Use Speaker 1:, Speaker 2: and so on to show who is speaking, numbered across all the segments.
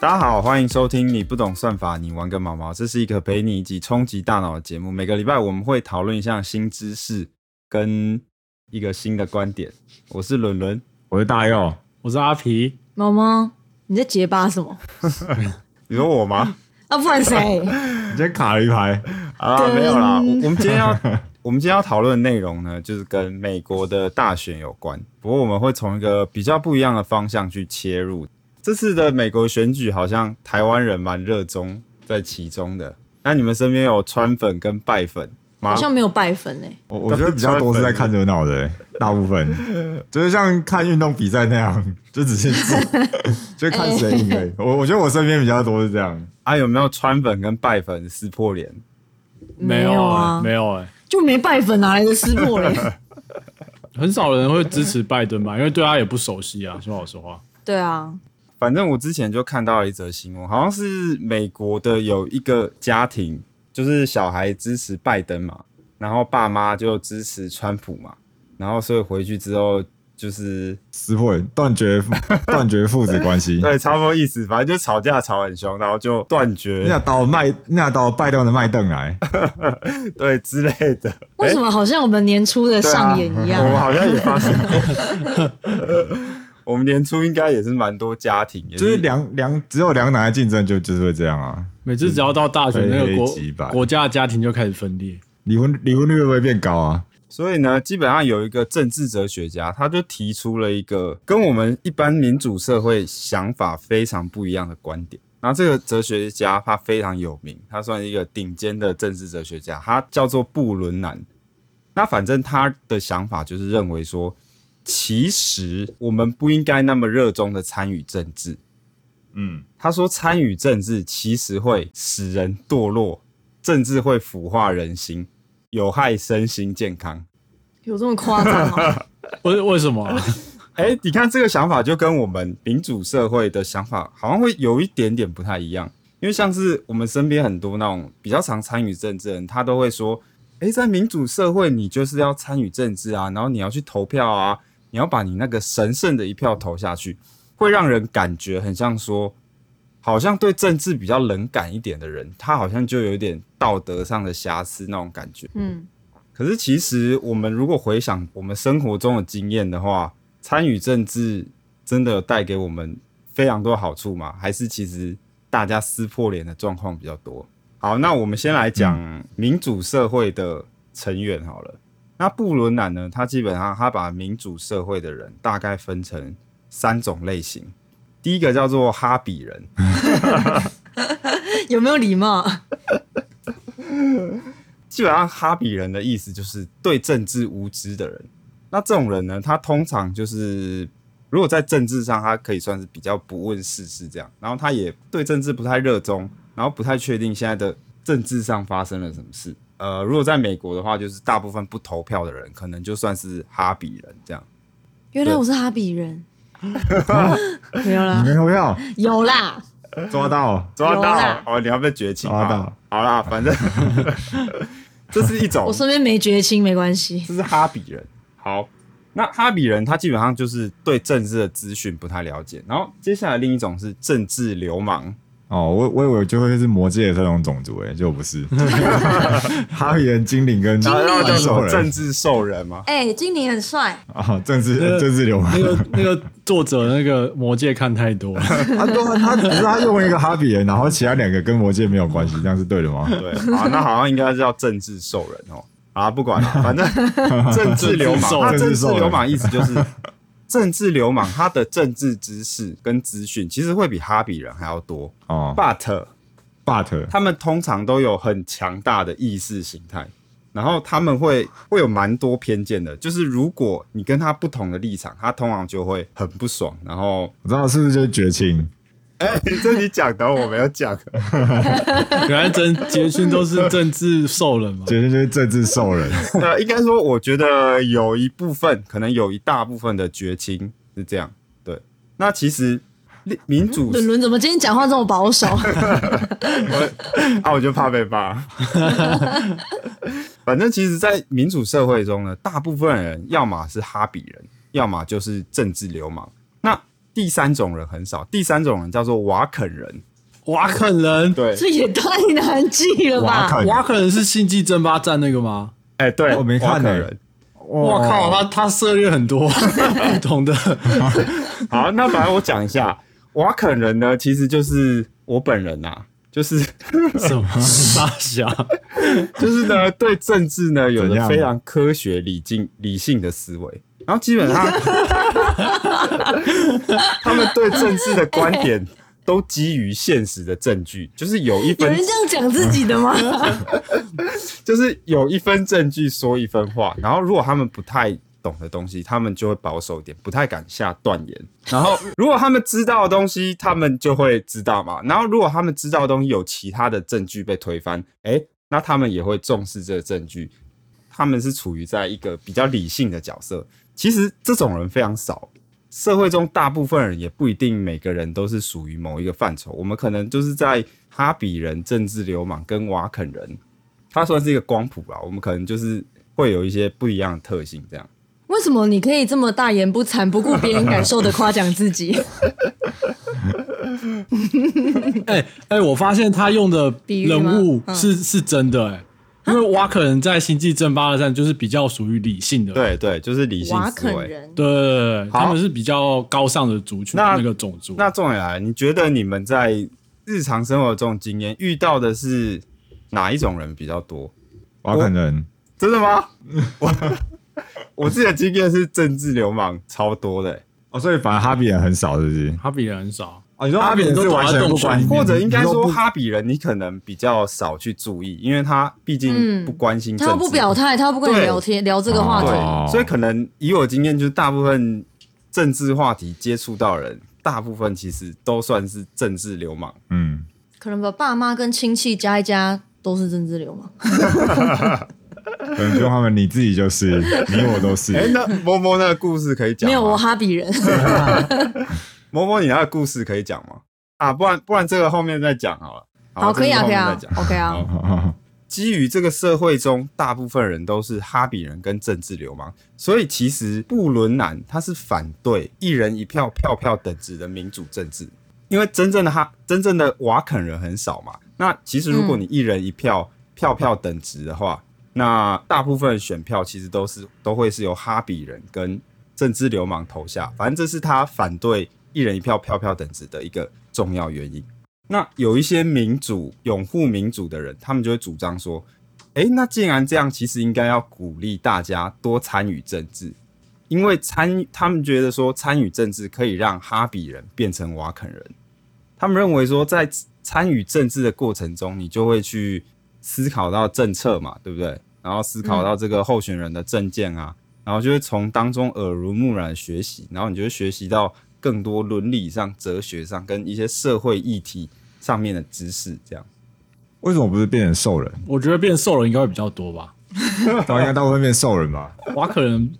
Speaker 1: 大家好，欢迎收听《你不懂算法，你玩个毛毛》。这是一个陪你一起冲击大脑的节目。每个礼拜我们会讨论一项新知识跟一个新的观点。我是伦伦，
Speaker 2: 我是大佑，
Speaker 3: 我是阿皮，
Speaker 4: 毛毛，你在结巴什么？
Speaker 1: 你说我吗？
Speaker 4: 啊，不然谁？
Speaker 2: 你今天卡了一排，
Speaker 1: 啊，没有啦。我我们今天要 我们今天要讨论的内容呢，就是跟美国的大选有关。不过我们会从一个比较不一样的方向去切入。这次的美国选举好像台湾人蛮热衷在其中的。那你们身边有川粉跟败粉吗
Speaker 4: 好？像没有拜粉哎、
Speaker 2: 我我觉得比较多是在看热闹的、欸大部分就是像看运动比赛那样，就只是只就看谁赢而已。我我觉得我身边比较多是这样，
Speaker 1: 啊，有没有川粉跟败粉撕破脸？
Speaker 4: 没有啊
Speaker 3: 没有哎、
Speaker 4: 就没拜粉哪来的撕破脸？
Speaker 3: 很少人会支持拜登吧，因为对他也不熟悉啊。说老实话，
Speaker 4: 对啊，
Speaker 1: 反正我之前就看到了一则新闻，好像是美国的有一个家庭，就是小孩支持拜登嘛，然后爸妈就支持川普嘛，然后所以回去之后就是
Speaker 2: 撕破脸断绝断绝父子关 系。
Speaker 1: 对，差不多意思，反正就吵架吵很凶，然后就断
Speaker 2: 你
Speaker 1: 绝
Speaker 2: 俩到麦，你俩到拜登的麦凳来，
Speaker 1: 对之类的。啊
Speaker 4: 为什么好像我们年初的 上演一样
Speaker 1: 我？们好像也发生过， 我们年初应该也是蛮多家庭，也
Speaker 2: 就是两两只有两党在竞争就，就是会这样啊。
Speaker 3: 每次只要到大选，
Speaker 2: 嗯
Speaker 3: 那个
Speaker 2: 非黑即白
Speaker 3: 国国家的家庭就开始分裂。
Speaker 2: 离婚离婚率会不会变高啊？
Speaker 1: 所以呢，基本上有一个政治哲学家，他就提出了一个跟我们一般民主社会想法非常不一样的观点。然后这个哲学家他非常有名，他算是一个顶尖的政治哲学家，他叫做布伦南。那反正他的想法就是认为说，其实我们不应该那么热衷的参与政治。
Speaker 2: 嗯，
Speaker 1: 他说，参与政治其实会使人堕落，政治会腐化人心，有害身心健康。
Speaker 4: 有这么夸张 吗？
Speaker 3: 为为什么啊、
Speaker 1: 哎、你看这个想法就跟我们民主社会的想法好像会有一点点不太一样，因为像是我们身边很多那种比较常参与政治的人，他都会说，哎、在民主社会你就是要参与政治啊，然后你要去投票啊，你要把你那个神圣的一票投下去，会让人感觉很像说，好像对政治比较冷感一点的人，他好像就有点道德上的瑕疵那种感觉。
Speaker 4: 嗯，
Speaker 1: 可是其实我们如果回想我们生活中的经验的话，参与政治真的有带给我们非常多好处吗？还是其实大家撕破脸的状况比较多？好，那我们先来讲民主社会的成员好了。那布伦南呢，他基本上他把民主社会的人大概分成三种类型，第一个叫做哈比人，
Speaker 4: 有没有礼貌？
Speaker 1: 基本上哈比人的意思就是对政治无知的人。那这种人呢，他通常就是如果在政治上，他可以算是比较不问世事这样，然后他也对政治不太热衷，然后不太确定现在的政治上发生了什么事。呃，如果在美国的话，就是大部分不投票的人，可能就算是哈比人这样。
Speaker 4: 原来我是哈比 人，没有
Speaker 2: 你
Speaker 4: 啦，
Speaker 2: 没投票，
Speaker 4: 有啦，
Speaker 2: 抓到，
Speaker 1: 抓
Speaker 4: 有
Speaker 1: 到
Speaker 4: 啦
Speaker 1: 哦，你要被绝情
Speaker 2: 抓
Speaker 1: 啊
Speaker 2: 到
Speaker 1: 好啦，反正这是一种
Speaker 4: 哦我身边没绝亲没关系。
Speaker 1: 这是哈比人。好，那哈比人他基本上就是对政治的资讯不太了解。然后接下来另一种是政治流氓，
Speaker 2: 哦，我我以为就会是魔界的特种种族诶、欸，就不 是。哈比人、精灵跟
Speaker 1: 然后
Speaker 2: 怪
Speaker 1: 叫什
Speaker 2: 兽
Speaker 1: 么政
Speaker 2: 人
Speaker 1: 治兽人嘛？
Speaker 4: 哎、经理很帅，
Speaker 2: 啊，政治
Speaker 3: 那个
Speaker 2: 政治流氓
Speaker 3: 那个那个作者那个魔戒看太多了，
Speaker 2: 啊，对啊，他只是他用一个哈比人，然后其他两个跟魔界没有关系，这样是对的吗？
Speaker 1: 对，好，那好像应该叫政治兽人哦。啊，不管了，反 正政治流氓，他
Speaker 2: 政
Speaker 1: 政
Speaker 2: 治
Speaker 1: 治
Speaker 2: 兽人
Speaker 1: 流氓意思就是 政治流氓，他的政治知识跟资讯其实会比哈比人还要多
Speaker 2: 哦
Speaker 1: ，but
Speaker 2: ，but
Speaker 1: 他们通常都有很强大的意识形态，然后他们会会有蛮多偏见的。就是如果你跟他不同的立场，他通常就会很不爽。然后，
Speaker 2: 我知道是不是就是绝情？
Speaker 1: 哎、这 你讲的我没有讲。
Speaker 3: 原来真杰勋都是政治兽人嘛。
Speaker 2: 绝情就是政治兽人，
Speaker 1: 呃，应该说，我觉得有一部分，可能有一大部分的绝情是这样。对，那其实立民主
Speaker 4: 伦伦怎么今天讲话这么保 守？
Speaker 1: 啊，我就怕被骂。反正其实，在民主社会中呢，大部分人要么是哈比人，要么就是政治流氓。那第三种人很少，第三种人叫做瓦肯人，
Speaker 3: 瓦肯人，
Speaker 1: 对
Speaker 4: 这也太难记了
Speaker 2: 瓦
Speaker 4: 吧？
Speaker 2: 肯，
Speaker 3: 瓦肯人是星际争霸战那个吗？
Speaker 1: 哎、对，
Speaker 2: 我没看
Speaker 1: 瓦肯
Speaker 2: 欸
Speaker 1: 人。
Speaker 3: 我
Speaker 2: 我
Speaker 3: 靠，他他涉猎很多不同的，
Speaker 1: 好，那反正我讲一下，瓦肯人呢，其实就是我本人啊，就是
Speaker 3: 什么 大侠？
Speaker 1: 就是呢，对政治呢有
Speaker 2: 怎
Speaker 1: 着
Speaker 2: 样
Speaker 1: 非常科学、理性、理性的思维，然后基本上 他们对政治的观点都基于现实的证据，就是有一
Speaker 4: 有
Speaker 1: 分
Speaker 4: 人这样讲自己的吗？
Speaker 1: 就是有一分证据说一分话，然后如果他们不太懂的东西，他们就会保守一点，不太敢下断言。然后如果他们知道的东西，他们就会知道嘛。然后如果他们知道的东西有其他的证据被推翻，哎，那他们也会重视这个证据。他们是处于在一个比较理性的角色。其实这种人非常少，社会中大部分人也不一定每个人都是属于某一个范畴。我们可能就是在哈比人、政治流氓跟瓦肯人它算是一个光谱吧，我们可能就是会有一些不一样的特性，这样。
Speaker 4: 为什么你可以这么大言不惭、不顾别人感受的夸奖自己？
Speaker 3: 哎、哎、我发现他用的
Speaker 4: 比喻吗
Speaker 3: 人物
Speaker 4: 嗯
Speaker 3: 是是真的哎、因为瓦肯人在星际争霸战就是比较属于理性的，
Speaker 1: 对对，就是理性
Speaker 4: 瓦
Speaker 1: 思
Speaker 4: 肯
Speaker 1: 维。
Speaker 4: 人，
Speaker 3: 对对对，
Speaker 1: 好
Speaker 3: 他们是比较高尚的族群，
Speaker 1: 那
Speaker 3: 那个种族。
Speaker 1: 那重点来了，你觉得你们在日常生活中经验遇到的是哪一种人比较多？
Speaker 2: 瓦肯人，
Speaker 1: 真的 吗？我我自己的经验是政治流氓超多的、欸
Speaker 2: 哦，所以反正哈比人很少，是不是？
Speaker 3: 哈比人很少，
Speaker 2: 啊，你说
Speaker 3: 哈比人
Speaker 2: 是
Speaker 3: 都躲在
Speaker 2: 完全不管
Speaker 3: 洞
Speaker 2: 你，
Speaker 1: 或者应该
Speaker 2: 你
Speaker 1: 说
Speaker 2: 都不
Speaker 1: 哈比人，你可能比较少去注意，因为他毕竟
Speaker 4: 嗯
Speaker 1: 不关心政
Speaker 4: 他
Speaker 1: 治，
Speaker 4: 要不表态，他要不跟你
Speaker 1: 对
Speaker 4: 聊天聊这个话题，
Speaker 2: 哦
Speaker 1: 对，所以可能以我经验，就是大部分政治话题接触到的人，大部分其实都算是政治流 氓。
Speaker 2: 嗯，
Speaker 4: 可能把爸妈跟亲戚加一加都是政治流氓。
Speaker 2: 可能就他们你自己就是，你我都是
Speaker 1: 哎、。那摸摸那个故事可以讲吗？
Speaker 4: 没有，我哈比人。
Speaker 1: 摸摸你那个故事可以讲吗？啊，不然不然这个后面再讲好了。
Speaker 4: 好，可以啊，可以
Speaker 1: 这个
Speaker 4: 啊
Speaker 1: 后面再讲
Speaker 4: ，OK 啊
Speaker 1: 好。基于这个社会中大部分人都是哈比人跟政治流氓，所以其实布伦南他是反对一人一票票票等值的民主政治，因为真正的哈真正的瓦肯人很少嘛。那其实如果你一人一票、票票等值的话，那大部分选票其实都是都会是由哈比人跟政治流氓投下，反正这是他反对一人一票票票等值的一个重要原因。那有一些民主拥护民主的人，他们就会主张说，诶，那既然这样，其实应该要鼓励大家多参与政治，因为参与他们觉得说参与政治可以让哈比人变成瓦肯人，他们认为说在参与政治的过程中，你就会去思考到政策嘛，对不对？然后思考到这个候选人的政见啊，然后就会从当中耳濡目染地学习，然后你就会学习到更多伦理上、哲学上跟一些社会议题上面的知识。这样，
Speaker 2: 为什么不是变成兽 人？
Speaker 3: 我觉得变瘦人应该会比较多吧。
Speaker 2: 他应该大部分变兽人吧？
Speaker 3: 瓦肯人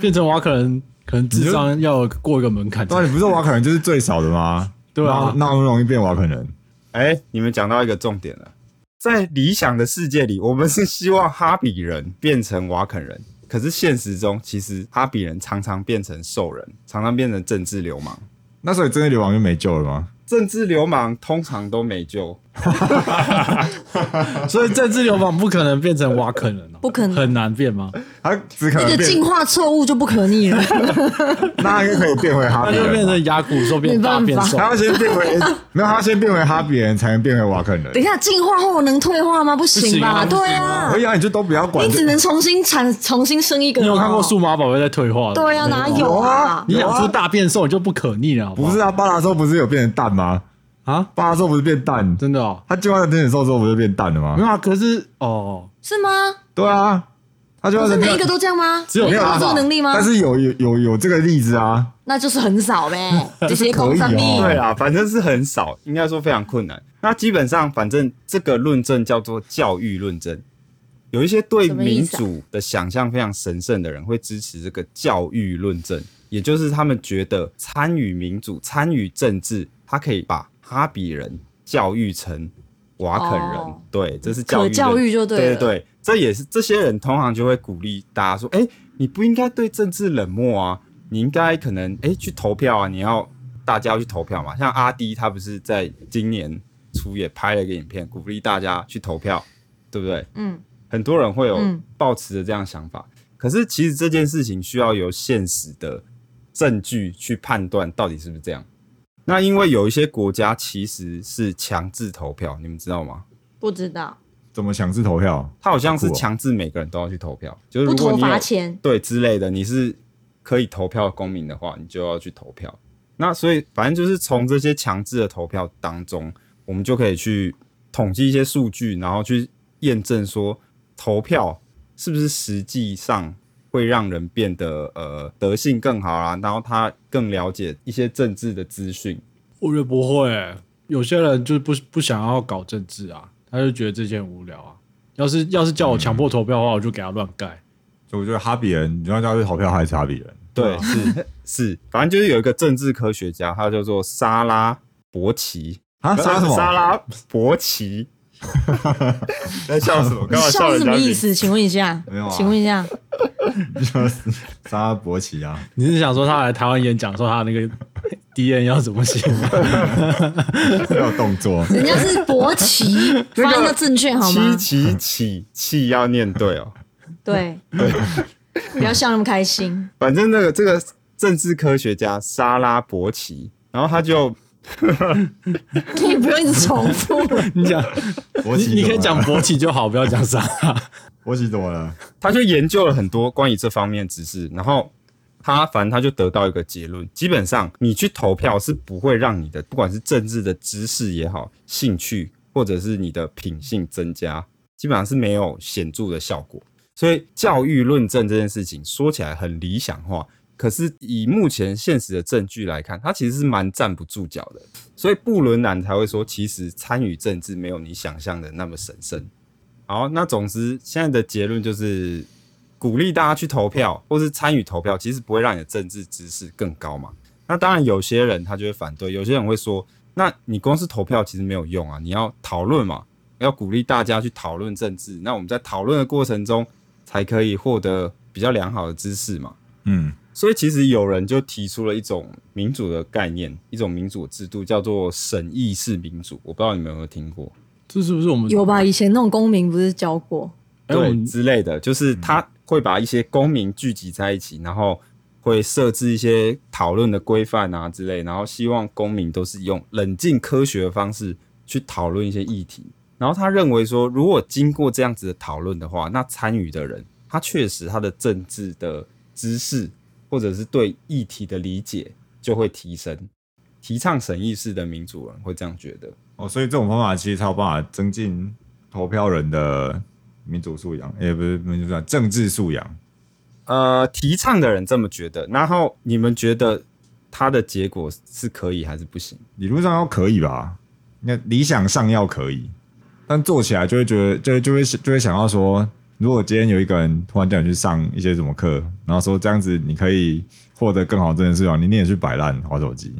Speaker 3: 变成瓦肯人，可能智商要过一个门槛。
Speaker 2: 对啊，你不是瓦肯人就是最少的吗？
Speaker 3: 对啊
Speaker 2: 那那么容易变瓦肯人。
Speaker 1: 哎、你们讲到一个重点了，在理想的世界里，我们是希望哈比人变成瓦肯人，可是现实中，其实哈比人常常变成兽人，常常变成政治流氓。
Speaker 2: 那所以真的流氓就没救了吗？
Speaker 1: 政治流氓通常都没救，
Speaker 3: 所以政治流氓不可能变成瓦肯人哦，
Speaker 4: 不可能
Speaker 3: 很难变吗？
Speaker 2: 他只可
Speaker 4: 那
Speaker 2: 能
Speaker 4: 个进
Speaker 2: 变，
Speaker 4: 化错误就不可逆了，
Speaker 2: 那他应该可以变回哈
Speaker 3: 那
Speaker 2: 比
Speaker 3: 就变
Speaker 2: 人吧。
Speaker 3: 成牙骨兽变
Speaker 4: 没办
Speaker 3: 大
Speaker 4: 法
Speaker 3: 变瘦
Speaker 2: 他，要先变回，没有，他要先变回哈比人，才能变回瓦肯人
Speaker 4: 等一。下进化后能退化吗？不行吧？
Speaker 3: 不行啊
Speaker 4: 对啊
Speaker 2: 所，以啊，你就都不要管
Speaker 4: 你。只能重新产重新生一个。
Speaker 3: 你有看过数？码宝贝在退化的？
Speaker 4: 对啊，
Speaker 3: 没有
Speaker 4: 哪有啊？
Speaker 3: 你养出大变兽你就不可逆了，好
Speaker 2: 不
Speaker 3: 好
Speaker 2: 是啊，巴拉兽不是有变成蛋吗？
Speaker 3: 啊？
Speaker 2: 巴拉兽不是变蛋？
Speaker 3: 真的哦，
Speaker 2: 他进化成天使兽之后不就变蛋了
Speaker 3: 没
Speaker 2: 吗？
Speaker 3: 有啊。可是哦，
Speaker 4: 是吗？
Speaker 2: 对啊，他进化
Speaker 4: 不是
Speaker 2: 成
Speaker 4: 每一个都这样吗？
Speaker 3: 只有
Speaker 4: 每
Speaker 2: 没
Speaker 4: 个
Speaker 2: 有
Speaker 4: 都
Speaker 2: 啊
Speaker 4: 有这个能力吗？
Speaker 2: 但是有有有有这个例子啊，
Speaker 4: 那就是很少呗，这些公三
Speaker 2: 可以哦
Speaker 4: 命。
Speaker 1: 对啊，反正是很少，应该说非常困难。那基本上，反正这个论证叫做教育论证。有一些对
Speaker 4: 什么意
Speaker 1: 民
Speaker 4: 思啊
Speaker 1: 主的想象非常神圣的人，会支持这个教育论证，也就是他们觉得参与民主、参与政治，他可以把哈比人教育成瓦肯人。
Speaker 4: 哦
Speaker 1: 对，这是教育
Speaker 4: 可教
Speaker 1: 论
Speaker 4: 育就对
Speaker 1: 对
Speaker 4: 了
Speaker 1: 对，这也是这些人通常就会鼓励大家说：“哎、你不应该对政治冷漠啊，你应该可能哎、诶去投票啊，你要大家要去投票嘛。像阿迪他不是在今年初也拍了一个影片，鼓励大家去投票，对不对？
Speaker 4: 嗯，
Speaker 1: 很多人会有
Speaker 4: 嗯
Speaker 1: 抱持着这样的想法，可是其实这件事情需要由现实的证据去判断到底是不是这样。那因为有一些国家其实是强制投票，你们知道吗？
Speaker 4: 不知道，
Speaker 2: 怎么强制投票？
Speaker 1: 它好像是
Speaker 2: 好酷哦
Speaker 1: 强制每个人都要去投票，就是
Speaker 4: 不
Speaker 1: 如果
Speaker 4: 投
Speaker 1: 你有
Speaker 4: 罚钱。
Speaker 1: 对之类的，你是可以投票的公民的话，你就要去投票。那所以反正就是从这些强制的投票当中，我们就可以去统计一些数据，然后去验证说投票是不是实际上会让人变得呃德性更好啦、然后他更了解一些政治的资讯。
Speaker 3: 我觉得不会、有些人就是不不想要搞政治啊，他就觉得这件很无聊啊。要是要是叫我强迫投票的话，我就给他乱盖。
Speaker 2: 所以我觉得哈比人，你要叫他去投票还是哈比人？
Speaker 1: 对，
Speaker 4: 哦
Speaker 1: 是是，反正就是有一个政治科学家，他叫做莎拉伯奇，
Speaker 2: 啊，杀什么？
Speaker 1: 莎拉伯奇。 在笑什么？干嘛
Speaker 4: 笑
Speaker 1: 人
Speaker 4: 是什
Speaker 1: 家
Speaker 4: 么
Speaker 1: 名字
Speaker 4: 意？思？请问一下
Speaker 2: 没有啊，
Speaker 4: 请问一下，
Speaker 2: 就是杀拉伯奇啊，
Speaker 3: 你是想说他来台湾演讲，说他那个 DN 要怎么写 吗？
Speaker 2: 要有动作。
Speaker 4: 人家是国 旗，发音要正确好
Speaker 1: 七
Speaker 4: 吗？
Speaker 1: 起起气要念对哦。
Speaker 4: 对，不要笑那么开心。
Speaker 1: 反正那个这个政治科学家莎拉伯奇，然后他就
Speaker 4: 你不用一直重复，
Speaker 3: 你讲，
Speaker 2: 伯
Speaker 3: 你
Speaker 2: 奇
Speaker 3: 你可
Speaker 2: 怎
Speaker 3: 以
Speaker 2: 么
Speaker 3: 讲
Speaker 2: 了
Speaker 3: 勃起就好，不要讲啥。
Speaker 2: 伯奇怎么了？
Speaker 1: 他就研究了很多关于这方面的知识，然后他反正他就得到一个结论，基本上你去投票是不会让你的不管是政治的知识也好、兴趣或者是你的品性增加，基本上是没有显著的效果。所以教育论证这件事情说起来很理想化，可是以目前现实的证据来看，它其实是蛮站不住脚的。所以布伦南才会说，其实参与政治没有你想象的那么神圣。好，那总之现在的结论就是，鼓励大家去投票或是参与投票，其实不会让你的政治知识更高嘛。那当然，有些人他就会反对，有些人会说，那你光是投票其实没有用啊，你要讨论嘛，要鼓励大家去讨论政治。那我们在讨论的过程中，才可以获得比较良好的知识嘛。
Speaker 2: 嗯，
Speaker 1: 所以其实有人就提出了一种民主的概念，一种民主制度，叫做审议式民主。我不知道你们有没有听过。
Speaker 3: 这是不是我们
Speaker 4: 有吧？？以前那种公民不是教过？
Speaker 3: 哎，我
Speaker 1: 对
Speaker 3: 们嗯
Speaker 1: 之类的，就是他啊会把一些公民聚集在一起，然后会设置一些讨论的规范啊之类，然后希望公民都是用冷静科学的方式去讨论一些议题。然后他认为说，如果经过这样子的讨论的话，那参与的人他确实他的政治的知识或者是对议题的理解就会提升。提倡审议式的民主人会这样觉得。
Speaker 2: 哦，所以这种方法其实才有办法增进投票人的民主素养，也不是民主素养，政治素养。
Speaker 1: 呃，提倡的人这么觉得，然后你们觉得他的结果是可以还是不行？
Speaker 2: 理论上要可以吧？那理想上要可以，但做起来就会觉得，就会就会就会想到说，如果今天有一个人突然叫你去上一些什么课，然后说这样子你可以获得更好这件事情，你你也去摆烂划手机。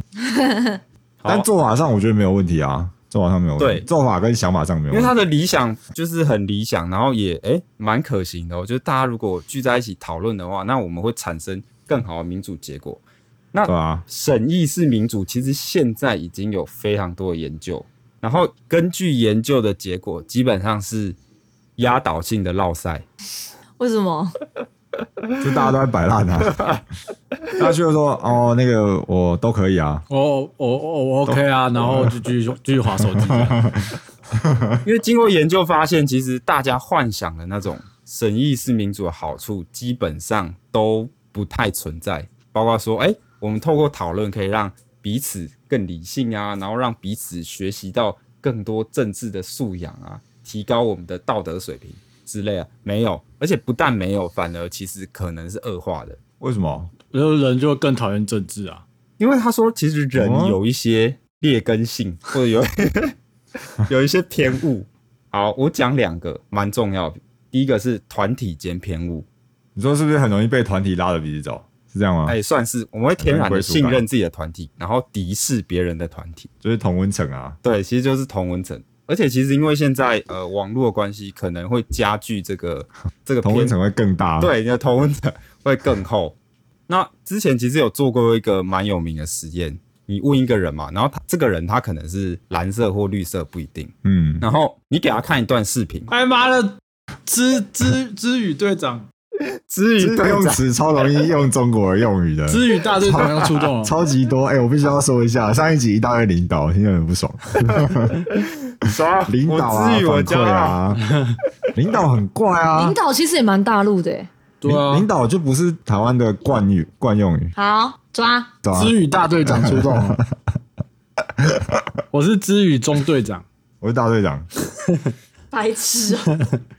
Speaker 2: 但做法上我觉得没有问题啊，做法上没有问题，
Speaker 1: 啊对
Speaker 2: 做法跟想法上没有
Speaker 1: 因为
Speaker 2: 问题
Speaker 1: 他。的理想就是很理想，然后也诶蛮可行的哦、我觉得大家如果聚在一起讨论的话，那我们会产生更好的民主结果。
Speaker 2: 对啊，
Speaker 1: 审议式民主其实现在已经有非常多的研究，然后根据研究的结果，基本上是压倒性的落赛。
Speaker 4: 为什么？
Speaker 2: 就大家都在摆烂啊。大家就说哦，那个我都可以啊，
Speaker 3: 我我我我哦 OK 啊，然后就继续继续划手机啊。
Speaker 1: 因为经过研究发现，其实大家幻想的那种审议式民主的好处，基本上都不太存在。包括说，哎、我们透过讨论可以让彼此更理性啊，然后让彼此学习到更多政治的素养啊，提高我们的道德水平之类啊，没有，而且不但没有，反而其实可能是恶化的。
Speaker 2: 为什么？
Speaker 3: 然后人就更讨厌政治啊。
Speaker 1: 因为他说，其实人
Speaker 2: 哦
Speaker 1: 有一些劣根 性，或者有 有一些偏误。好，我讲两个蛮重要的。第一个是团体间偏误，
Speaker 2: 你说是不是很容易被团体拉着鼻子走？是这样吗？
Speaker 1: 哎、算是我们会天然
Speaker 2: 很有
Speaker 1: 的
Speaker 2: 归属感
Speaker 1: 信任自己的团体，然后敌视别人的团体。
Speaker 2: 就是同温层啊，
Speaker 1: 对，其实就是同文层。而且其实因为现在呃网络的关系，可能会加剧这个这个
Speaker 2: 同温
Speaker 1: 偏
Speaker 2: 层会更大。，啊
Speaker 1: 对，你的头温层会更厚。那之前其实有做过一个蛮有名的实验，你问一个人嘛，然后他这个人他可能是蓝色或绿色不一定，
Speaker 2: 嗯，
Speaker 1: 然后你给他看一段视频，
Speaker 3: 哎妈的，知知知语队长，
Speaker 1: 至
Speaker 2: 这个用词超容易用中国人用语的，
Speaker 3: 知语大队长要出动了。
Speaker 2: 超级多。哎、我必须要说一下，上一集一大堆领导，听得很不爽。
Speaker 1: 啥
Speaker 2: 领导啊，
Speaker 1: 我至于我
Speaker 2: 反
Speaker 1: 骄
Speaker 2: 馈
Speaker 1: 傲，
Speaker 2: 啊，领导很怪啊
Speaker 4: 领。导其实也蛮大陆的欸耶。
Speaker 3: 对啊
Speaker 2: 领，领导就不是台湾的惯语惯用语，
Speaker 4: 好，抓
Speaker 2: 对吧、
Speaker 3: 知语大队长出动 了。我是知语中队长，
Speaker 2: 我是大队长，
Speaker 4: 白痴哦、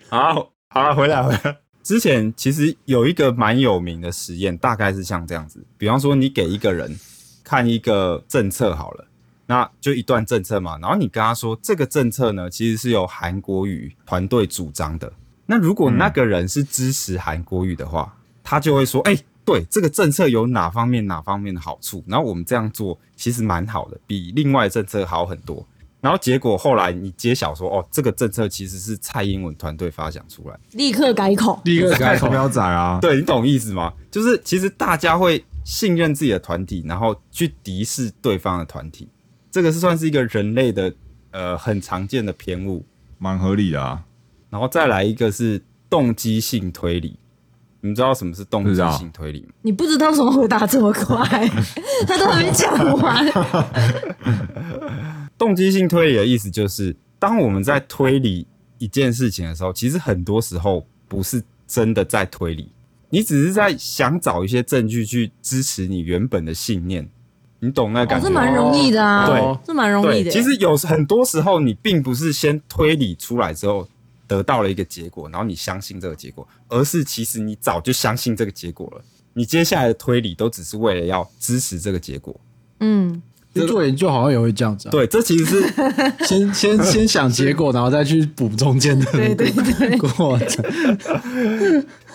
Speaker 1: 好好了，回来回来。之前其实有一个蛮有名的实验，大概是像这样子，比方说你给一个人看一个政策好了，那就一段政策嘛，然后你跟他说这个政策呢其实是由韩国语团队主张的，那如果那个人是支持韩国语的话，他就会说，哎、对这个政策有哪方面哪方面的好处，然后我们这样做其实蛮好的，比另外的政策好很多。然后结果后来你揭晓说，哦，这个政策其实是蔡英文团队发想出来的。
Speaker 4: 立刻改口。
Speaker 3: 第一个改
Speaker 2: 太
Speaker 3: 口
Speaker 2: 不。要宰啊！
Speaker 1: 对你懂意思吗？就是其实大家会信任自己的团体，然后去敌视对方的团体，这个是算是一个人类的呃很常见的偏误。
Speaker 2: 蛮合理的啊。
Speaker 1: 然后再来一个是动机性推理，你们知道什么是动
Speaker 2: 不知
Speaker 1: 机
Speaker 2: 道
Speaker 1: 性推理吗？
Speaker 4: 你不知道怎么回答这么快， 他都还没讲完。哦
Speaker 1: 动机性推理的意思就是，当我们在推理一件事情的时候，其实很多时候不是真的在推理，你只是在想找一些证据去支持你原本的信念。你懂那
Speaker 4: 哦
Speaker 1: 感，觉
Speaker 4: 这
Speaker 1: 吗？
Speaker 4: 蛮容易的啊，
Speaker 1: 哦对，
Speaker 4: 这蛮容
Speaker 1: 对，
Speaker 4: 易的。
Speaker 1: 其实有时很多时候，你并不是先推理出来之后得到了一个结果，然后你相信这个结果，而是其实你早就相信这个结果了。你接下来的推理都只是为了要支持这个结果。
Speaker 4: 嗯，
Speaker 3: 就做研究好像也会这样子、啊，
Speaker 1: 对，这其实是
Speaker 3: 先 先先想结果，然后再去补中间的
Speaker 4: 对对对，
Speaker 3: 过程。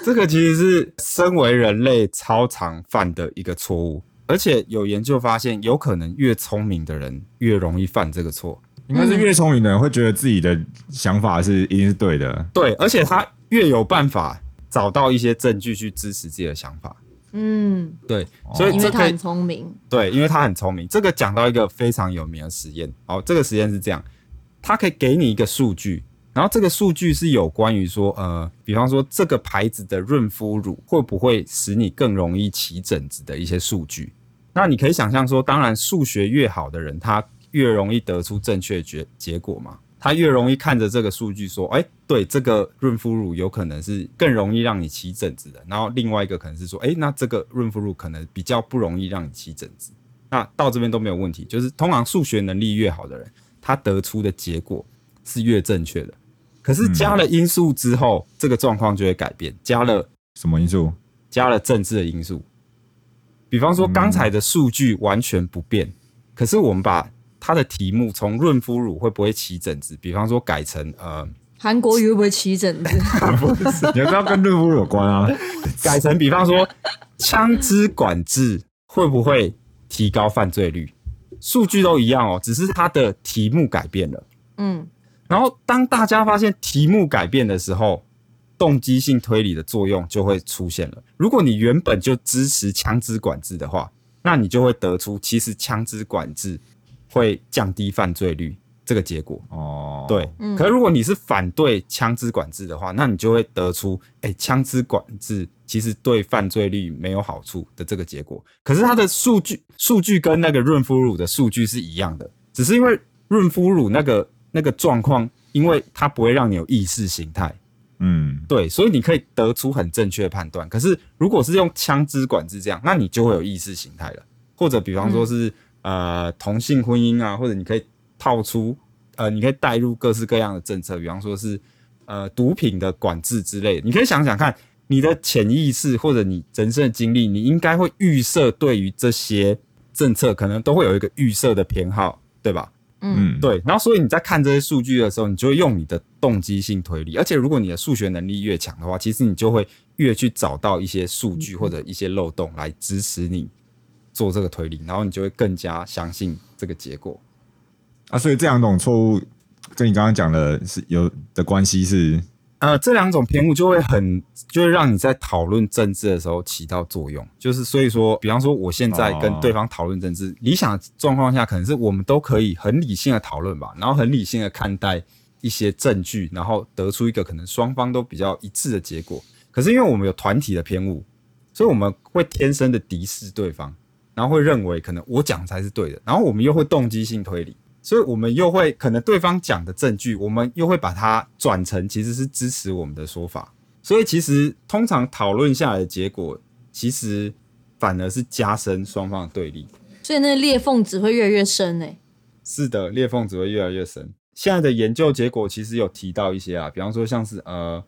Speaker 1: 这个其实是身为人类超常犯的一个错误，而且有研究发现，有可能越聪明的人越容易犯这个错。
Speaker 2: 应该是越聪明的人会觉得自己的想法是一定是对的，
Speaker 1: 对，而且他越有办法找到一些证据去支持自己的想法。
Speaker 4: 嗯，
Speaker 1: 对，所以
Speaker 4: 因
Speaker 1: 这
Speaker 4: 为他
Speaker 1: 可以
Speaker 4: 很聪明。
Speaker 1: 对，因为他很聪明。这个讲到一个非常有名的实验，哦，这个实验是这样，它可以给你一个数据，然后这个数据是有关于说，呃，比方说这个牌子的润肤乳会不会使你更容易起疹子的一些数据。那你可以想象说，当然数学越好的人，他越容易得出正确结结果嘛，他越容易看着这个数据说，哎、对，这个润肤乳有可能是更容易让你起疹子的。然后另外一个可能是说，哎、那这个润肤乳可能比较不容易让你起疹子。那到这边都没有问题，就是通常数学能力越好的人，他得出的结果是越正确的。可是加了因素之后，这个状况就会改变。加了
Speaker 2: 什么因 素？
Speaker 1: 加了政治的因素。比方说，刚才的数据完全不变，可是我们把它的题目从润肤乳会不会起疹子，比方说改成呃，
Speaker 4: 韩国瑜会不会起疹 子？
Speaker 2: 你要知道跟润肤有关啊。
Speaker 1: 改成比方说枪支管制会不会提高犯罪率，数据都一样哦，只是它的题目改变了。
Speaker 4: 嗯，
Speaker 1: 然后当大家发现题目改变的时候，动机性推理的作用就会出现了。如果你原本就支持枪支管制的话，那你就会得出其实枪支管制会降低犯罪率这个结果。
Speaker 2: 哦，
Speaker 1: 对，可如果你是反对枪支管制的话，那你就会得出，哎、枪支管制其实对犯罪率没有好处的这个结果。可是它的数据数据跟那个润肤乳的数据是一样的，只是因为润肤乳那个那个状况，因为它不会让你有意识形态，
Speaker 2: 嗯，
Speaker 1: 对，所以你可以得出很正确的判断。可是如果是用枪支管制这样，那你就会有意识形态了，或者比方说是、呃同性婚姻啊，或者你可以套出呃，你可以带入各式各样的政策，比方说是呃毒品的管制之类的。你可以想想看，你的潜意识或者你人生的经历，你应该会预设对于这些政策，可能都会有一个预设的偏好，对吧？
Speaker 2: 嗯，
Speaker 1: 对，然后所以你在看这些数据的时候，你就会用你的动机性推理，而且如果你的数学能力越强的话，其实你就会越去找到一些数据或者一些漏洞来支持你做这个推理，然后你就会更加相信这个结果。
Speaker 2: 啊，所以这两种错误跟你刚刚讲的是有的关系是
Speaker 1: 呃，这两种偏误就会很，就会让你在讨论政治的时候起到作用。就是所以说，比方说我现在跟
Speaker 2: 哦
Speaker 1: 对方讨论政治，理想状况下可能是我们都可以很理性的讨论吧，然后很理性的看待一些证据，然后得出一个可能双方都比较一致的结果。可是因为我们有团体的偏误，所以我们会天生的敌视对方，然后会认为可能我讲才是对的，然后我们又会动机性推理，所以我们又会可能对方讲的证据，我们又会把它转成其实是支持我们的说法，所以其实通常讨论下来的结果，其实反而是加深双方的对立。
Speaker 4: 所以那个裂缝只会越来越深哎、
Speaker 1: 是的，裂缝只会越来越深。现在的研究结果其实有提到一些啊，比方说像是呃，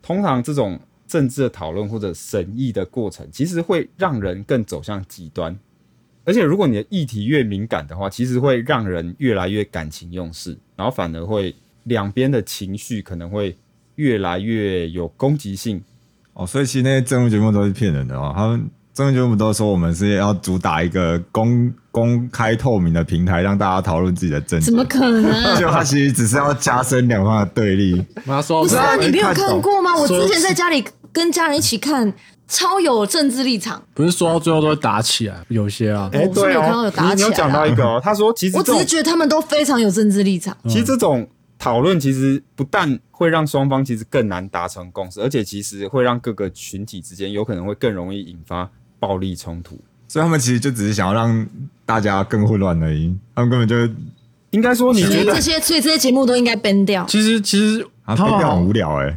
Speaker 1: 通常这种政治的讨论或者审议的过程，其实会让人更走向极端。而且如果你的议题越敏感的话，其实会让人越来越感情用事，然后反而会两边的情绪可能会越来越有攻击性。
Speaker 2: 哦，所以其实那些政治节目都是骗人的哦。他们政治节目都说我们是要主打一个公公开透明的平台，让大家讨论自己的政
Speaker 4: 怎
Speaker 2: 见。
Speaker 4: 么可
Speaker 1: 哦
Speaker 4: 能？
Speaker 2: 就他其实只是要加深两方的对立。
Speaker 3: 妈说
Speaker 4: 不是啊，
Speaker 2: 我
Speaker 4: 你
Speaker 2: 没
Speaker 4: 没有
Speaker 2: 看
Speaker 4: 看
Speaker 2: 懂
Speaker 4: 过吗？我
Speaker 3: 所以
Speaker 4: 之前在家里跟家人一起看，超有政治立场。
Speaker 3: 不是说到最后都会打起来，有些啊，
Speaker 1: 哎、
Speaker 4: 我是没
Speaker 1: 对
Speaker 4: 有看到有
Speaker 1: 哦，
Speaker 4: 打
Speaker 1: 你你有
Speaker 4: 起来
Speaker 1: 讲
Speaker 4: 啊
Speaker 1: 到一个哦，他说其实
Speaker 4: 我
Speaker 1: 这
Speaker 4: 只
Speaker 1: 种
Speaker 4: 是觉得他们都非常有政治立场。
Speaker 1: 其实这种讨论其实不但会让双方其实更难达成共识，而且其实会让各个群体之间有可能会更容易引发暴力冲突。
Speaker 2: 所以他们其实就只是想要让大家更混乱而已。他们根本就
Speaker 1: 应该说，你
Speaker 4: 所
Speaker 1: 觉
Speaker 4: 以
Speaker 1: 得
Speaker 4: 这些，所以这些节目都应该 ban 掉。
Speaker 3: 其实其实
Speaker 2: 啊，
Speaker 3: 他
Speaker 2: 变
Speaker 3: 们
Speaker 2: 得很
Speaker 3: 好
Speaker 2: 无聊哎、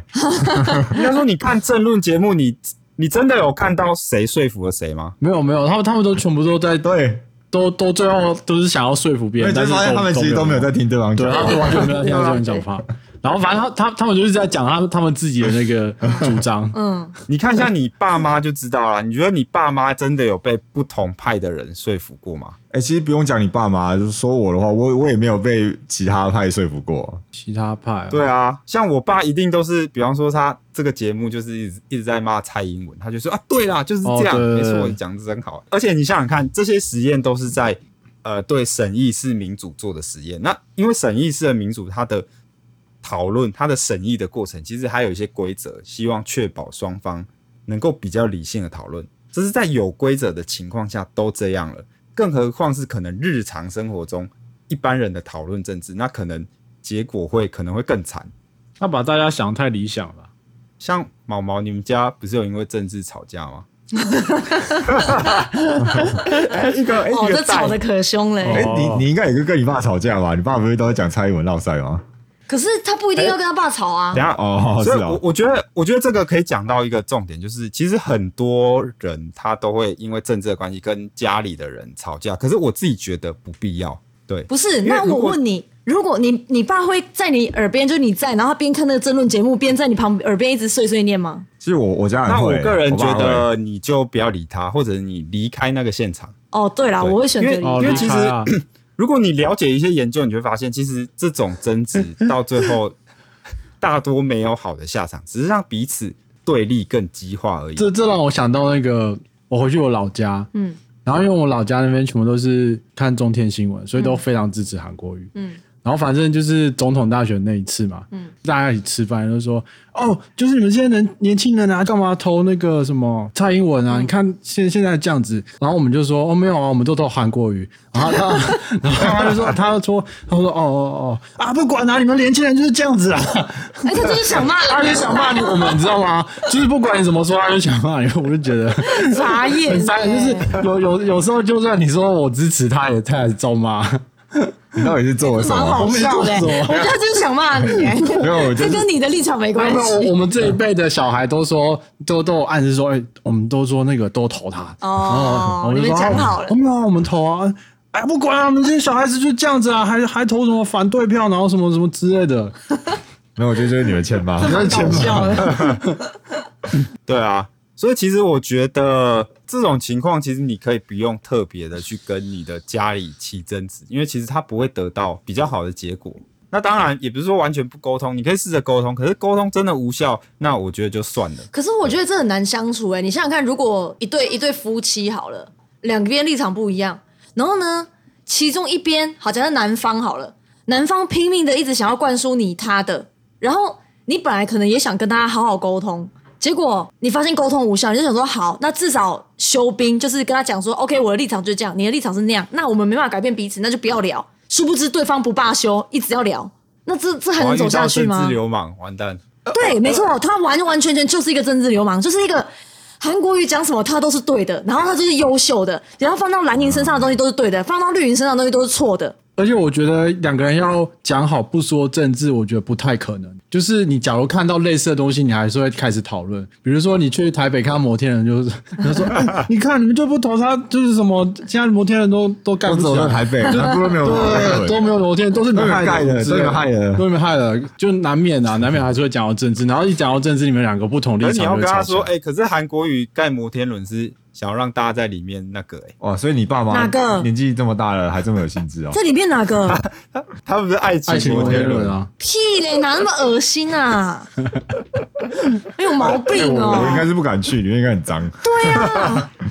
Speaker 1: 应该说，你看政论节目，你你真的有看到谁说服了谁吗？
Speaker 3: 没有没有，他们他们都全部都在
Speaker 2: 对，
Speaker 3: 都都最后都是想要说服别
Speaker 2: 因为
Speaker 3: 人，
Speaker 2: 就
Speaker 3: 但
Speaker 2: 是
Speaker 3: 是
Speaker 2: 发现
Speaker 3: 都
Speaker 2: 他们其实都没有在听对方讲
Speaker 3: 对，他
Speaker 1: 啊
Speaker 2: 话。
Speaker 3: 们完全没有听到这样讲话。然后反正他他他们就是在讲他他们自己的那个主张，
Speaker 4: 嗯，
Speaker 1: 你看一下你爸妈就知道了。你觉得你爸妈真的有被不同派的人说服过吗？
Speaker 2: 哎、其实不用讲你爸妈，就是说我的话，我我也没有被其他派说服
Speaker 1: 哦
Speaker 2: 过。
Speaker 3: 其他派、啊、
Speaker 1: 对啊，像我爸一定都是，比方说他这个节目就是一直一直在骂蔡英文，他就说啊，对啦，就是这样，
Speaker 3: 哦对
Speaker 1: 没
Speaker 3: 对
Speaker 1: 错，
Speaker 3: 对
Speaker 1: 你讲的真好。而且你想想看，这些实验都是在呃对审议式民主做的实验。那因为审议式的民主，它的讨论、它的审议的过程，其实还有一些规则，希望确保双方能够比较理性的讨论。这是在有规则的情况下都这样了，更何况是可能日常生活中一般人的讨论政治，那可能结果会可能会更惨。
Speaker 3: 他把大家想得太理想了。
Speaker 1: 像毛毛，你们家不是有因为政治吵架 吗？哎一个哎
Speaker 4: 哦，
Speaker 1: 一
Speaker 4: 这
Speaker 1: 个
Speaker 4: 吵得
Speaker 1: 蛋，
Speaker 4: 可凶嘞。
Speaker 2: 哎、
Speaker 3: 哦
Speaker 2: 你你应该也是跟你爸吵架吧？你爸不是都在讲蔡英文闹赛吗？
Speaker 4: 可是他不一定要跟他爸吵啊
Speaker 1: 等一。下
Speaker 2: 哦
Speaker 1: 所以
Speaker 2: 是哦
Speaker 1: 我我觉得，我觉得这个可以讲到一个重点，就是其实很多人他都会因为政治的关系跟家里的人吵架，可是我自己觉得不必要。对，
Speaker 4: 不是，
Speaker 1: 因为
Speaker 4: 那
Speaker 1: 如
Speaker 4: 我
Speaker 1: 果
Speaker 4: 问你，如果你你爸会在你耳边，就是你在，然后他边看那个争论节目，边在你旁耳边一直碎碎念吗？
Speaker 2: 其实我我家人
Speaker 1: 那我
Speaker 2: 会，
Speaker 1: 个人
Speaker 2: 我爸
Speaker 1: 觉
Speaker 2: 会
Speaker 1: 得你就不要理他，或者你离开那个现场。
Speaker 4: 哦，对啦，
Speaker 1: 对
Speaker 4: 我会选择离
Speaker 3: 哦，
Speaker 1: 因为
Speaker 4: 开
Speaker 1: 其
Speaker 3: 离
Speaker 1: 实
Speaker 3: 开啊
Speaker 1: 如果你了解一些研究，你就会发现，其实这种争 执到最后大多没有好的下场，只是让彼此对立更激化而已。
Speaker 3: 这这让我想到那个，我回去我老家，
Speaker 4: 嗯
Speaker 3: 嗯，然后因为我老家那边全部都是看中天新闻，所以都非常支持韩国瑜，
Speaker 4: 嗯
Speaker 3: 嗯。然后反正就是总统大选那一次嘛，嗯，大家一起吃饭就说，哦，就是你们现在人年轻人啊，干嘛投那个什么蔡英文啊？你看现现在这样子，然后我们就说，哦，没有啊，我们都投韩国瑜。然后 他，然后他就说，他就说，他说，哦哦哦，啊，不管啊，你们年轻人就是这样子啊。
Speaker 4: 哎，他就是想骂
Speaker 3: 他就
Speaker 4: 人，
Speaker 3: 想骂你我们，你知道吗？就是不管你怎么说，他就想骂你。我就觉得
Speaker 4: 傻眼
Speaker 3: 很，傻眼，就是有有有时候，就算你说我支持他，也他也照骂。
Speaker 2: 你到底是做了什
Speaker 4: 蛮
Speaker 2: 么
Speaker 4: 好？笑的。
Speaker 3: 我没做什么
Speaker 4: 我他就是想骂你，哎
Speaker 2: 没有，我就
Speaker 4: 这
Speaker 2: 是
Speaker 4: 跟你的立场没
Speaker 3: 没
Speaker 4: 关
Speaker 3: 有没有，
Speaker 4: 系。
Speaker 3: 我我们这一辈的小孩都说，都都有暗示说，哎、我们都说那个都投他。
Speaker 4: 哦，
Speaker 3: 我
Speaker 4: 你
Speaker 3: 就
Speaker 4: 们
Speaker 3: 说
Speaker 4: 讲好了
Speaker 3: 哦。没有啊，我们投啊。哎，不管啊，我们这些小孩子就这样子啊，还还投什么反对票，然后什么什么之类的。
Speaker 2: 没有，我觉得就是你们欠骂。
Speaker 4: 蛮搞笑的，
Speaker 1: 对啊，所以其实我觉得这种情况，其实你可以不用特别的去跟你的家里起争执，因为其实他不会得到比较好的结果。那当然也不是说完全不沟通，你可以试着沟通，可是沟通真的无效，那我觉得就算了。
Speaker 4: 可是我觉得这很难相处哎、你想想看，如果一对一对夫妻好了，两边立场不一样，然后呢，其中一边好，假设男方好了，男方拼命的一直想要灌输你他的，然后你本来可能也想跟大家好好沟通，结果你发现沟通无效，你就想说好，那至少休兵，就是跟他讲说，OK，我的立场就是这样，你的立场是那样，那我们没办法改变彼此，那就不要聊。殊不知对方不罢休，一直要聊，那这这还
Speaker 1: 我要
Speaker 4: 能走
Speaker 1: 遇
Speaker 4: 下
Speaker 1: 到
Speaker 4: 去
Speaker 1: 政
Speaker 4: 吗
Speaker 1: 治？流氓，完蛋！
Speaker 4: 对，没 错，他完完全全就是一个政治流氓，就是一个韩国瑜讲什么他都是对的，然后他就是优秀的，然后放到蓝营身上的东西都是对的，放到绿营身上的东西都是错的。
Speaker 3: 而且我觉得两个人要讲好不说政治，我觉得不太可能。就是你假如看到类似的东西，你还是会开始讨论。比如说你去台北看到摩天轮，就是 他说、哎你看你们就不投他，就是什么现在摩天轮都都盖
Speaker 2: 都
Speaker 3: 不
Speaker 2: 走
Speaker 3: 起
Speaker 2: 到
Speaker 3: 来。
Speaker 2: 台北，他不是没有
Speaker 3: 对，都没有摩天，都是你们害的，
Speaker 2: 都你们害的
Speaker 3: 都你们害的，就难免啊，难免还是会讲到政治，然后一讲到政治，你们两个不同立
Speaker 1: 可是你要
Speaker 3: 场就
Speaker 1: 跟
Speaker 3: 会
Speaker 1: 他
Speaker 3: 吵
Speaker 1: 说，
Speaker 3: 架。
Speaker 1: 哎、可是韩国语盖摩天轮是想要让大家在里面那个、欸，
Speaker 2: 哇！所以你爸妈
Speaker 4: 哪个
Speaker 2: 年纪这么大了，还这么有兴致哦？
Speaker 4: 这里面哪个
Speaker 1: 他们是爱情
Speaker 3: 爱情摩
Speaker 1: 哎摩
Speaker 3: 天轮
Speaker 1: 轮，
Speaker 3: 啊，
Speaker 4: 屁嘞，哪那么恶心啊？没有毛病哦、
Speaker 2: 哎我应该是不敢去，里面应该很脏。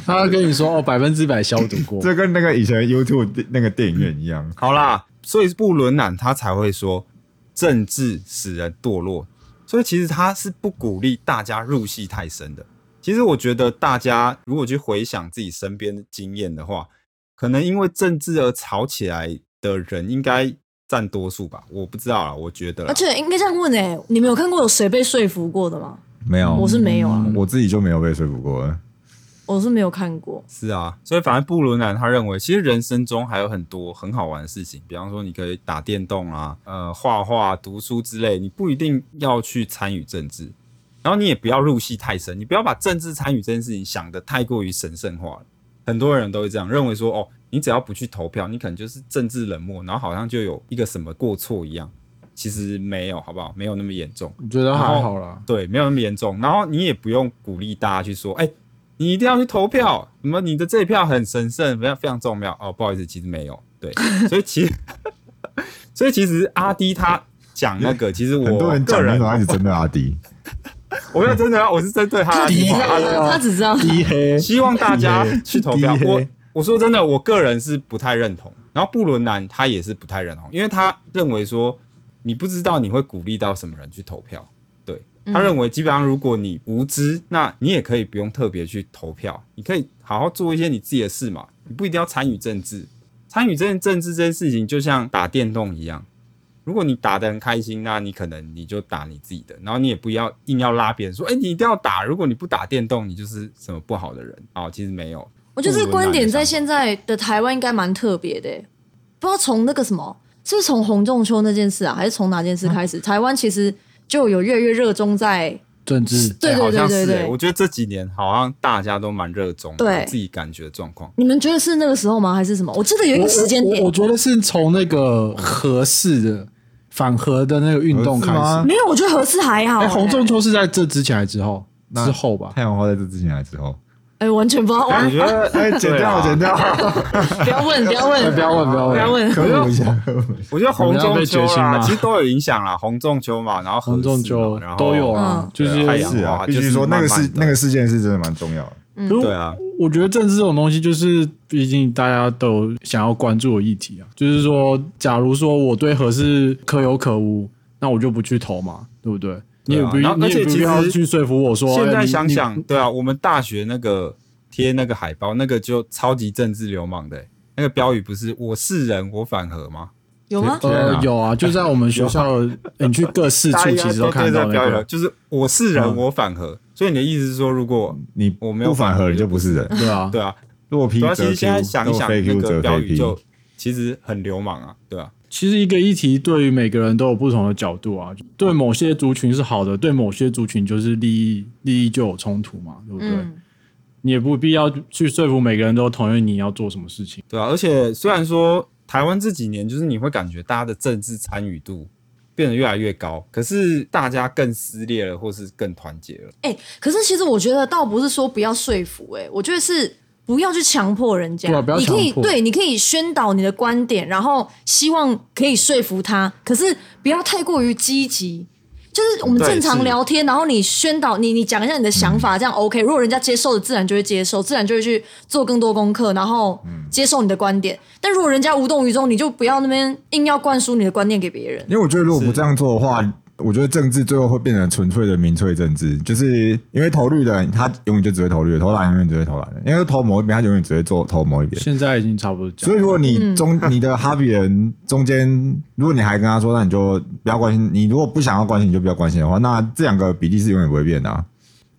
Speaker 3: 他跟你说哦，百分之百消毒 过，
Speaker 2: 这跟那个以前 YouTube 电那个电影院一样。
Speaker 1: 好啦，所以布伦南他才会说政治使人堕落，所以其实他是不鼓励大家入戏太深的。其实我觉得大家如果去回想自己身边的经验的话，可能因为政治而吵起来的人应该占多数吧，我不知道啦，我觉得啦
Speaker 4: 而且应该这样问哎、你们有看过有谁被说服过的吗？
Speaker 2: 没有，
Speaker 4: 我是没有啊，
Speaker 2: 我自己就没有被说服过了。
Speaker 4: 我是没有看过。
Speaker 1: 是啊，所以反正布伦南他认为，其实人生中还有很多很好玩的事情，比方说你可以打电动啊，呃，画画、读书之类，你不一定要去参与政治，然后你也不要入戏太深，你不要把政治参与这件事情想得太过于神圣化了。很多人都会这样认为说，哦，你只要不去投票，你可能就是政治冷漠，然后好像就有一个什么过错一样。其实没有，好不好？没有那么严重。
Speaker 3: 我觉得还好啦。
Speaker 1: 对，没有那么严重。然后你也不用鼓励大家去说，哎、你一定要去投票，什么你的这一票很神圣，非常非常重要。哦，不好意思，其实没有。对，所以其实， 所以其实阿迪他讲那个，其实
Speaker 2: 很
Speaker 1: 我
Speaker 2: 多人
Speaker 1: 个
Speaker 2: 讲那啊
Speaker 1: 人
Speaker 2: 种，案子真的阿迪，
Speaker 1: 我没有针对他，我是针对他的地方。
Speaker 3: 哎呀
Speaker 4: 他只知道
Speaker 3: 低黑。
Speaker 1: 希望大家 去投票
Speaker 3: 低黑
Speaker 1: 我我说真的，我个人是不太认同。然后布伦南他也是不太认同，因为他认为说你不知道你会鼓励到什么人去投票。对他认为，基本上如果你无知，那你也可以不用特别去投票，你可以好好做一些你自己的事嘛，你不一定要参与政治。参与政政治这件事情，就像打电动一样。如果你打得很开心，那你可能你就打你自己的，然后你也不要硬要拉别人说，哎、你一定要打，如果你不打电动，你就是什么不好的人啊、其实没有，
Speaker 4: 我觉得这个观点在
Speaker 1: 不如
Speaker 4: 现在的台湾应该蛮特别的、欸不知道从那个什么，是不是从洪仲秋那件事啊，还是从哪件事
Speaker 3: 嗯
Speaker 4: 开始，台湾其实就有越来越热衷在
Speaker 3: 政治
Speaker 1: 哎
Speaker 4: 对对
Speaker 1: 好
Speaker 4: 对
Speaker 1: 像是、
Speaker 4: 对
Speaker 3: 欸
Speaker 1: 哎
Speaker 4: 对
Speaker 1: 我。觉得这几年好像大家都蛮热衷的，
Speaker 4: 对
Speaker 1: 我自己感觉状况。
Speaker 4: 你们觉得是那个时候吗？还是什么？我记得有一个时间
Speaker 3: 我我我
Speaker 4: 点，
Speaker 3: 觉得是从那个合适的反核的那个运动开
Speaker 2: 合适吗
Speaker 3: 始。
Speaker 4: 没有，我觉得合适还好、
Speaker 3: 哎，
Speaker 4: 哎，
Speaker 3: 洪仲秋是在这之前还是之后？
Speaker 2: 那
Speaker 3: 之后吧。
Speaker 2: 太阳花在这之前还是之后？啊
Speaker 4: 哎、完全不 知道，
Speaker 1: 我
Speaker 4: 完
Speaker 1: 觉得，
Speaker 2: 哎，剪掉，剪掉，
Speaker 4: 不要问，不要
Speaker 3: 哎
Speaker 4: 问，
Speaker 3: 不要问，不要
Speaker 4: 不要
Speaker 3: 问。
Speaker 4: 问。
Speaker 2: 科普一下。
Speaker 1: 我觉得红
Speaker 3: 我们要
Speaker 1: 中
Speaker 3: 啊被
Speaker 1: 秋
Speaker 3: 决心
Speaker 1: 啦，
Speaker 3: 吗
Speaker 1: 其实都有影响啦，红中秋嘛，然后
Speaker 3: 洪仲
Speaker 1: 秋
Speaker 3: 秋都有
Speaker 4: 啊
Speaker 3: 啊
Speaker 4: 嗯，
Speaker 3: 就是
Speaker 1: 太阳
Speaker 2: 是啊，
Speaker 1: 花
Speaker 2: 必
Speaker 1: 就
Speaker 2: 须
Speaker 1: 是
Speaker 2: 说那个
Speaker 1: 慢慢
Speaker 2: 事
Speaker 1: 地
Speaker 2: 那个事件是真的蛮重要的。
Speaker 4: 嗯
Speaker 3: 可是
Speaker 1: 对啊，
Speaker 3: 我觉得政治这种东西，就是毕竟大家都有想要关注的议题啊。就是说，假如说我对核是可有可无，那我就不去投嘛，对不对？你也不，
Speaker 1: 啊然后
Speaker 3: 你
Speaker 1: 而且
Speaker 3: 也不
Speaker 1: 其
Speaker 3: 必
Speaker 1: 实
Speaker 3: 要去说服我说。
Speaker 1: 现
Speaker 3: 哎
Speaker 1: 在
Speaker 3: 你
Speaker 1: 想
Speaker 3: 你
Speaker 1: 想，对啊，我们大学那个贴那个海报，那个就超级政治流氓的欸、那个标语不是“我是人，我反核”吗？
Speaker 4: 有吗？
Speaker 3: 呃，有啊，就在我们学校，你去各市
Speaker 1: 大家
Speaker 3: 处
Speaker 1: 应
Speaker 3: 其
Speaker 1: 该
Speaker 3: 实都
Speaker 1: 都
Speaker 3: 看
Speaker 1: 对
Speaker 3: 到
Speaker 1: 这
Speaker 3: 那
Speaker 1: 标语了，
Speaker 3: 个，
Speaker 1: 就是“我是人，
Speaker 3: 嗯
Speaker 1: 我反核”。所以你的意思是说，如果
Speaker 2: 你
Speaker 1: 我没有
Speaker 2: 不反核，你就不是人。
Speaker 3: 对啊，
Speaker 1: 对啊，
Speaker 2: 若 P
Speaker 1: 对啊，其
Speaker 2: 则
Speaker 1: 实
Speaker 2: Q，
Speaker 1: 现在想一
Speaker 2: 若
Speaker 1: 想，
Speaker 2: 非
Speaker 1: 那
Speaker 2: Q
Speaker 1: 个
Speaker 2: 则
Speaker 1: 标
Speaker 2: 非
Speaker 1: 语就
Speaker 2: P。
Speaker 1: 其实很流氓啊，对啊，
Speaker 3: 其实一个议题对于每个人都有不同的角度啊，对某些族群是好的，对某些族群就是利益利益就有冲突嘛，对不对？
Speaker 4: 嗯，
Speaker 3: 你也不必要去说服每个人都同意你要做什么事情。
Speaker 1: 对啊。而且虽然说台湾这几年就是你会感觉大家的政治参与度变得越来越高，可是大家更撕裂了，或是更团结了。
Speaker 4: 哎、可是其实我觉得倒不是说不要说服、哎，我觉得是不要去强迫人家，
Speaker 3: 对啊不要
Speaker 4: 你可以
Speaker 3: 强迫
Speaker 4: 对，你可以宣导你的观点，然后希望可以说服他，可是不要太过于积极。就是我们
Speaker 1: 对
Speaker 4: 正常
Speaker 1: 是
Speaker 4: 聊天，然后你宣导你你讲一下你的想法，这样 OK。如果人家接受了，自然就会接受，自然就会去做更多功课，然后接受你的观点。但如果人家无动于衷，你就不要那边硬要灌输你的观念给别人。
Speaker 2: 因为我觉得如果不这样做的话，我觉得政治最后会变成纯粹的民粹政治，就是因为投绿的人他永远就只会投绿的，投蓝永远只会投蓝的，因为投某一边他永远只会做投某一边。
Speaker 3: 现在已经差不多这
Speaker 2: 所以
Speaker 3: 样。
Speaker 2: 如果你中、你的哈比人中间，如果你还跟他说，那你就不要关心。你如果不想要关心，你就不要关心的话，那这两个比例是永远不会变的、啊。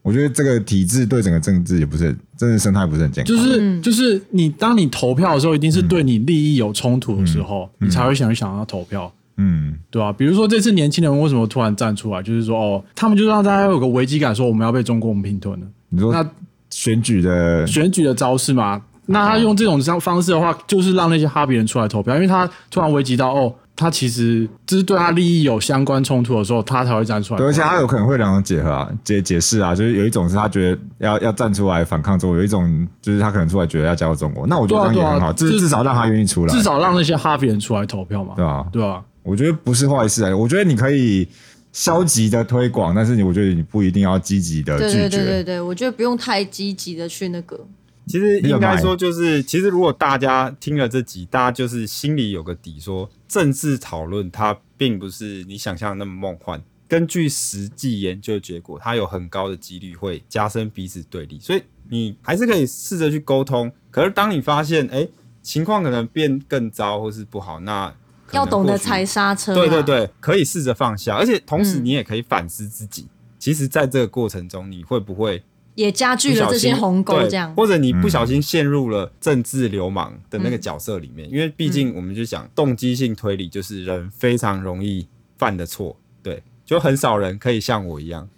Speaker 2: 我觉得这个体制对整个政治也不是很，政治生态不是很健康。
Speaker 3: 就是、就是你当你投票的时候，一定是对你利益有冲突的时候，你才会想去想要投票。
Speaker 2: 嗯，
Speaker 3: 对吧、比如说这次年轻人为什么突然站出来，就是说哦，他们就让大家有个危机感，说我们要被中共并吞了。
Speaker 2: 你说
Speaker 3: 那
Speaker 2: 选举的
Speaker 3: 选举的招式嘛。那他用这种方方式的话，就是让那些哈比人出来投票，因为他突然危及到哦，他其实这是对他利益有相关冲突的时候，他才会站出来。
Speaker 2: 对，而且他有可能会两种结合啊，解解释啊，就是有一种是他觉得要要站出来反抗中国，有一种就是他可能出来觉得要加入中国。那我觉得这样
Speaker 3: 对啊
Speaker 2: 也很
Speaker 3: 对啊
Speaker 2: 好，至
Speaker 3: 至
Speaker 2: 至少让他愿意出来，
Speaker 3: 至少让那些哈比人出来投票嘛，
Speaker 2: 对啊吧？
Speaker 3: 对啊吧？
Speaker 2: 我觉得不是坏事啊，我觉得你可以消极的推广，但是你我觉得你不一定要积极的
Speaker 4: 对
Speaker 2: 呃拒绝。
Speaker 4: 对对对对，我觉得不用太积极的去那个，
Speaker 1: 其实应该
Speaker 2: 那个买
Speaker 1: 说就是，其实如果大家听了这集，大家就是心里有个底说政治讨论它并不是你想象的那么梦幻。根据实际研究结果，它有很高的几率会加深彼此对立，所以你还是可以试着去沟通。可是当你发现，哎、情况可能变更糟或是不好，那可能
Speaker 4: 要懂得啊
Speaker 1: 或许
Speaker 4: 踩刹车。
Speaker 1: 对对，对，可以试着放下，而且同时
Speaker 4: 嗯
Speaker 1: 你也可以反思自己。其实，在这个过程中，你会不会
Speaker 4: 也加剧了这些鸿沟，这样
Speaker 1: 对。或者你不小心陷入了政治流氓的那个角色里
Speaker 4: 嗯
Speaker 1: 面，因为毕竟我们就讲动机性推理，就是人非常容易犯的错，对，就很少人可以像我一样，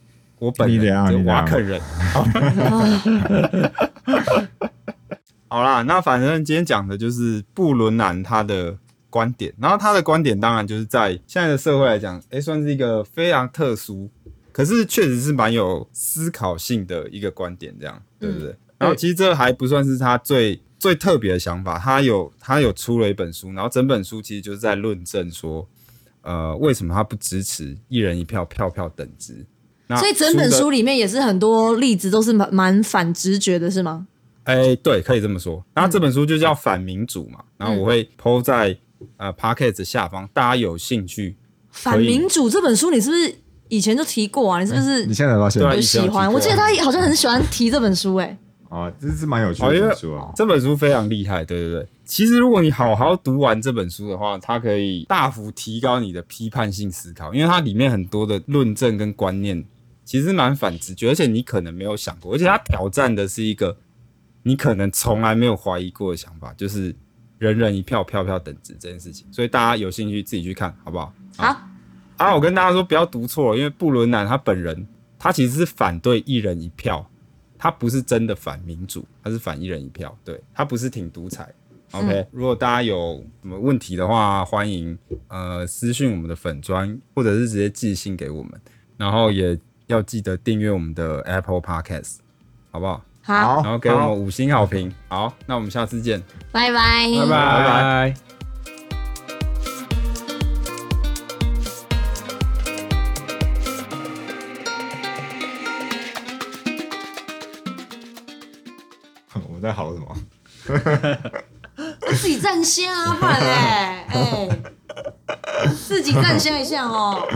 Speaker 1: 我本
Speaker 2: 你怎
Speaker 1: 人
Speaker 2: 样
Speaker 1: 就
Speaker 2: 你怎
Speaker 1: 瓦
Speaker 2: 样
Speaker 1: 肯人。 好啦，那反正今天讲的就是布伦南他的观点，然后他的观点当然就是在现在的社会来讲，诶，算是一个非常特殊，可是确实是蛮有思考性的一个观点，这样对
Speaker 4: 嗯
Speaker 1: 不对？然后其实这还不算是他最最特别的想法，他有他有出了一本书，然后整本书其实就是在论证说，呃，为什么他不支持一人一票票票等值？那
Speaker 4: 所以整本
Speaker 1: 的
Speaker 4: 书里面也是很多例子都是蛮蛮反直觉的，是吗？
Speaker 1: 哎，对，可以这么说。然后这本书就叫《反民主》嘛，然后我
Speaker 4: 嗯
Speaker 1: 会 PO 在呃 p o c k e t 下方，大家有兴趣，
Speaker 4: 反民主这本书你是不是以前就提过啊？你是不是
Speaker 2: 你现在才发现
Speaker 1: 对啊
Speaker 4: 很
Speaker 1: 以前有提
Speaker 4: 喜
Speaker 1: 过
Speaker 4: 欢？我记得他好像很喜欢提这本书，哎，
Speaker 2: 啊，这是蛮有趣
Speaker 1: 哦
Speaker 2: 的
Speaker 1: 因为
Speaker 2: 一本书啊。
Speaker 1: 这本书非常厉害，对对对。其实如果你好好读完这本书的话，它可以大幅提高你的批判性思考，因为它里面很多的论证跟观念其实蛮反直觉，而且你可能没有想过，而且它挑战的是一个你可能从来没有怀疑过的想法，就是人人一票，票票等值这件事情。所以大家有兴趣自己去看好不好？
Speaker 4: 好，
Speaker 1: 啊，我跟大家说不要读错了，因为布伦南他本人他其实是反对一人一票，他不是真的反民主，他是反一人一票，对他不是挺独裁。OK，、如果大家有什么问题的话，欢迎呃私讯我们的粉砖，或者是直接寄信给我们，然后也要记得订阅我们的 Apple Podcast，好不好？
Speaker 4: 好，
Speaker 1: 然后给我们五星好评。好，那我们下次见，
Speaker 4: 拜拜，
Speaker 1: 拜
Speaker 3: 拜拜。
Speaker 2: 我在好什么？
Speaker 4: 自己站 先啊，不然嘞，哎，自己站先一下哦。